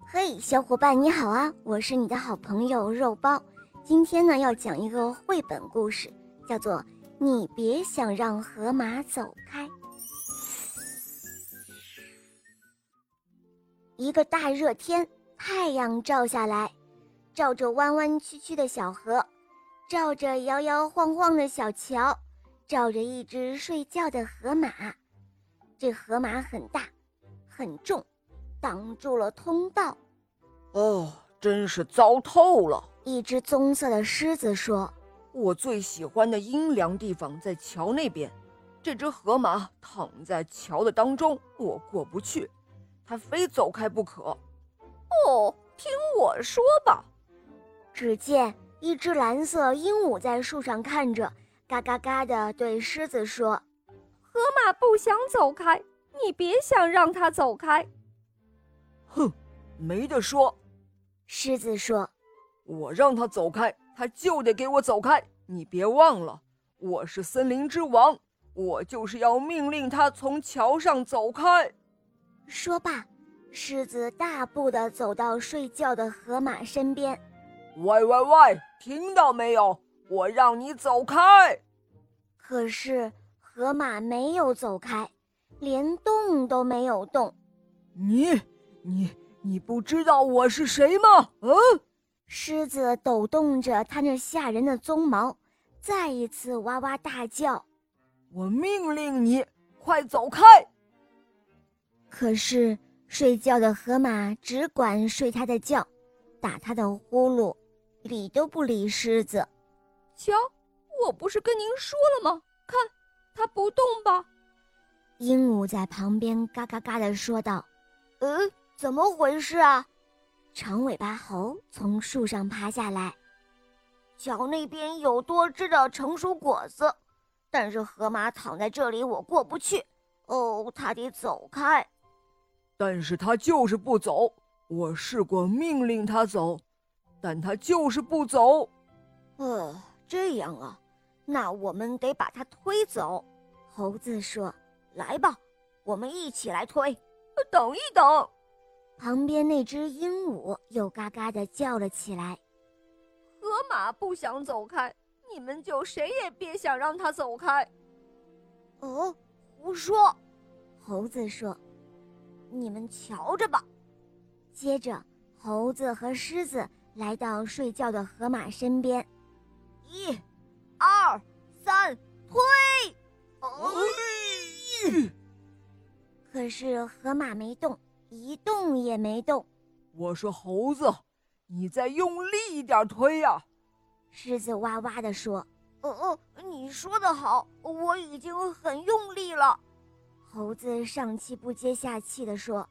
嘿，小伙伴你好啊！我是你的好朋友肉包。今天呢，要讲一个绘本故事，叫做《你别想让河马走开》。一个大热天，太阳照下来，照着弯弯曲曲的小河，照着摇摇晃晃的小桥，照着一只睡觉的河马。这河马很大，很重。挡住了通道，哦，真是糟透了！一只棕色的狮子说我最喜欢的阴凉地方在桥那边，这只河马躺在桥的当中，我过不去，它非走开不可。哦，听我说吧，：“只见一只蓝色鹦鹉在树上看着，嘎嘎嘎地对狮子说河马不想走开，你别想让它走开。哼，没得说，：‘狮子说，我让它走开，它就得给我走开。你别忘了，我是森林之王，我就是要命令它从桥上走开。说罢，狮子大步地走到睡觉的河马身边。喂喂喂，听到没有？我让你走开。可是河马没有走开，连动都没有动。你你你不知道我是谁吗？嗯，狮子抖动着它那吓人的鬃毛，再一次哇哇大叫。’我命令你快走开！可是睡觉的河马只管睡它的觉，打它的呼噜，理都不理狮子。瞧，我不是跟您说了吗？看，它不动吧？鹦鹉在旁边嘎嘎嘎地说道：“呃，怎么回事啊？”长尾巴猴从树上爬下来，桥那边有多汁的成熟果子，但是河马躺在这里，我过不去。哦，它得走开。但是他就是不走，我试过命令他走，但他就是不走。呃，这样啊，那我们得把它推走。猴子说：“来吧，我们一起来推。呃等一等，”旁边那只鹦鹉又嘎嘎地叫了起来。河马不想走开，你们就谁也别想让它走开。哦，胡说！猴子说：“你们瞧着吧。”接着，猴子和狮子来到睡觉的河马身边。一、二、三，推！哎哦可是河马没动，一动也没动。我说猴子，你再用力一点推呀、狮子哇哇地说：“哦哦，你说的好，我已经很用力了。”猴子上气不接下气地说：“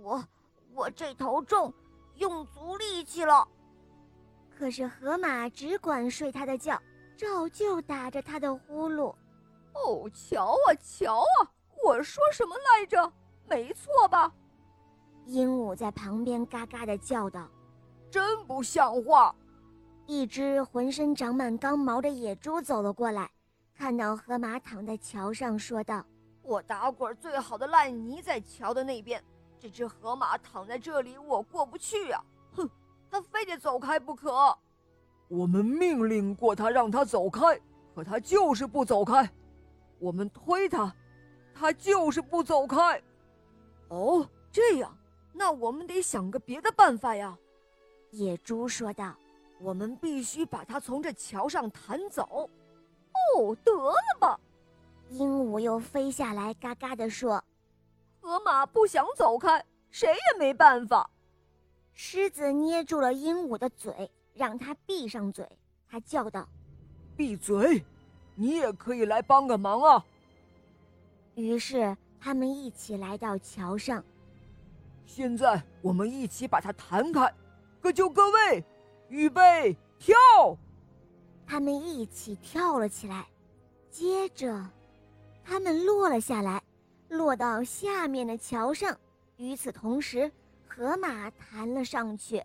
我我这头重，用足力气了。”可是河马只管睡它的觉，照旧打着它的呼噜。哦，瞧啊瞧啊，我说什么来着？没错吧？鹦鹉在旁边嘎嘎地叫道。真不像话！一只浑身长满刚毛的野猪走了过来，看到河马躺在桥上，说道。我打滚最好的烂泥在桥的那边，这只河马躺在这里，我过不去啊！哼，它非得走开不可。我们命令过他让他走开，可他就是不走开。我们推他，他就是不走开。哦，这样，那我们得想个别的办法呀。野猪说道。我们必须把它从这桥上弹走。哦，得了吧，鹦鹉又飞下来，嘎嘎地说河马不想走开，谁也没办法。：“狮子捏住了鹦鹉的嘴，让它闭上嘴。”它叫道。闭嘴！你也可以来帮个忙啊！于是他们一起来到桥上。现在我们一起把它弹开，各就各位，预备跳！他们一起跳了起来，接着，他们落了下来，落到下面的桥上。与此同时，河马弹了上去。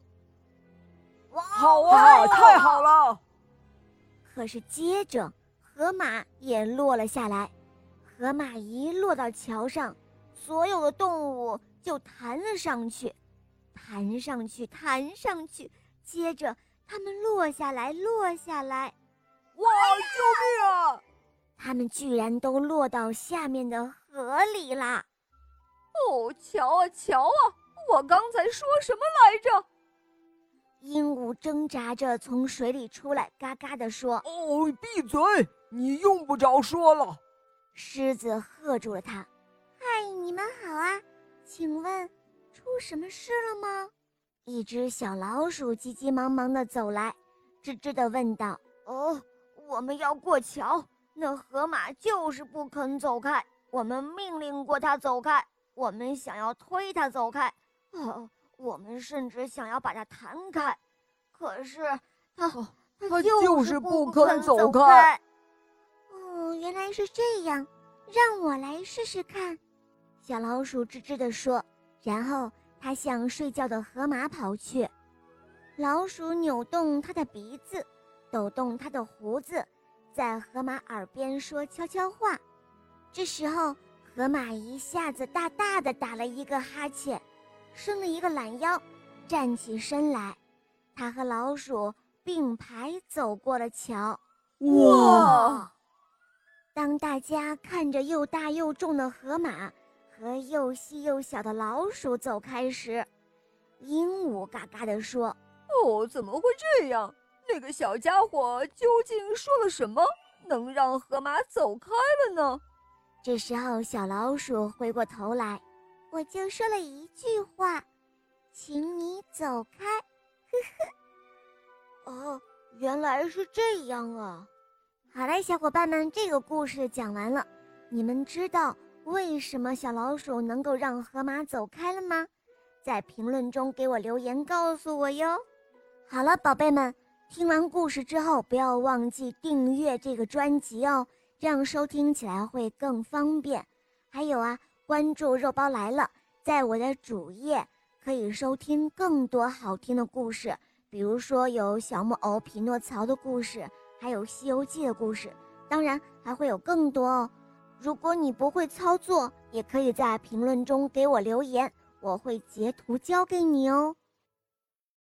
哇，好啊，太好了！可是接着，河马也落了下来。河马一落到桥上，所有的动物就弹了上去。弹上去，弹上去，接着它们落下来，落下来，哇！救命啊！它们居然都落到下面的河里啦！哦，瞧啊瞧啊，我刚才说什么来着？鹦鹉挣扎着从水里出来，嘎嘎地说哦，闭嘴！你用不着说了。：“狮子喝住了它。”嗨，你们好啊，请问出什么事了吗？一只小老鼠急急忙忙地走来，吱吱地问道。哦，我们要过桥，那河马就是不肯走开。我们命令过它走开，我们想要推它走开，哦，我们甚至想要把它弹开，可是它、它它就就是不不肯肯走走开开。哦，原来是这样，让我来试试看。小老鼠吱吱地说，然后它向睡觉的河马跑去。老鼠扭动它的鼻子，抖动它的胡子，在河马耳边说悄悄话。这时候，河马一下子大大的打了一个哈欠，伸了一个懒腰，站起身来。它和老鼠并排走过了桥。哇！当大家看着又大又重的河马和又细又小的老鼠走开时，鹦鹉嘎嘎地说哦，怎么会这样？那个小家伙究竟说了什么，能让河马走开了呢？：“这时候，小老鼠回过头来，我就说了一句话，请你走开。”呵呵。哦，原来是这样啊！好了，小伙伴们，这个故事讲完了。你们知道为什么小老鼠能够让河马走开了吗？在评论中给我留言告诉我哟。好了，宝贝们，听完故事之后，不要忘记订阅这个专辑哦，这样收听起来会更方便。还有啊，关注“肉包来了”，在我的主页可以收听更多好听的故事，比如说有小木偶匹诺曹的故事，还有《西游记》的故事，当然还会有更多哦。如果你不会操作，也可以在评论中给我留言，我会截图教给你哦。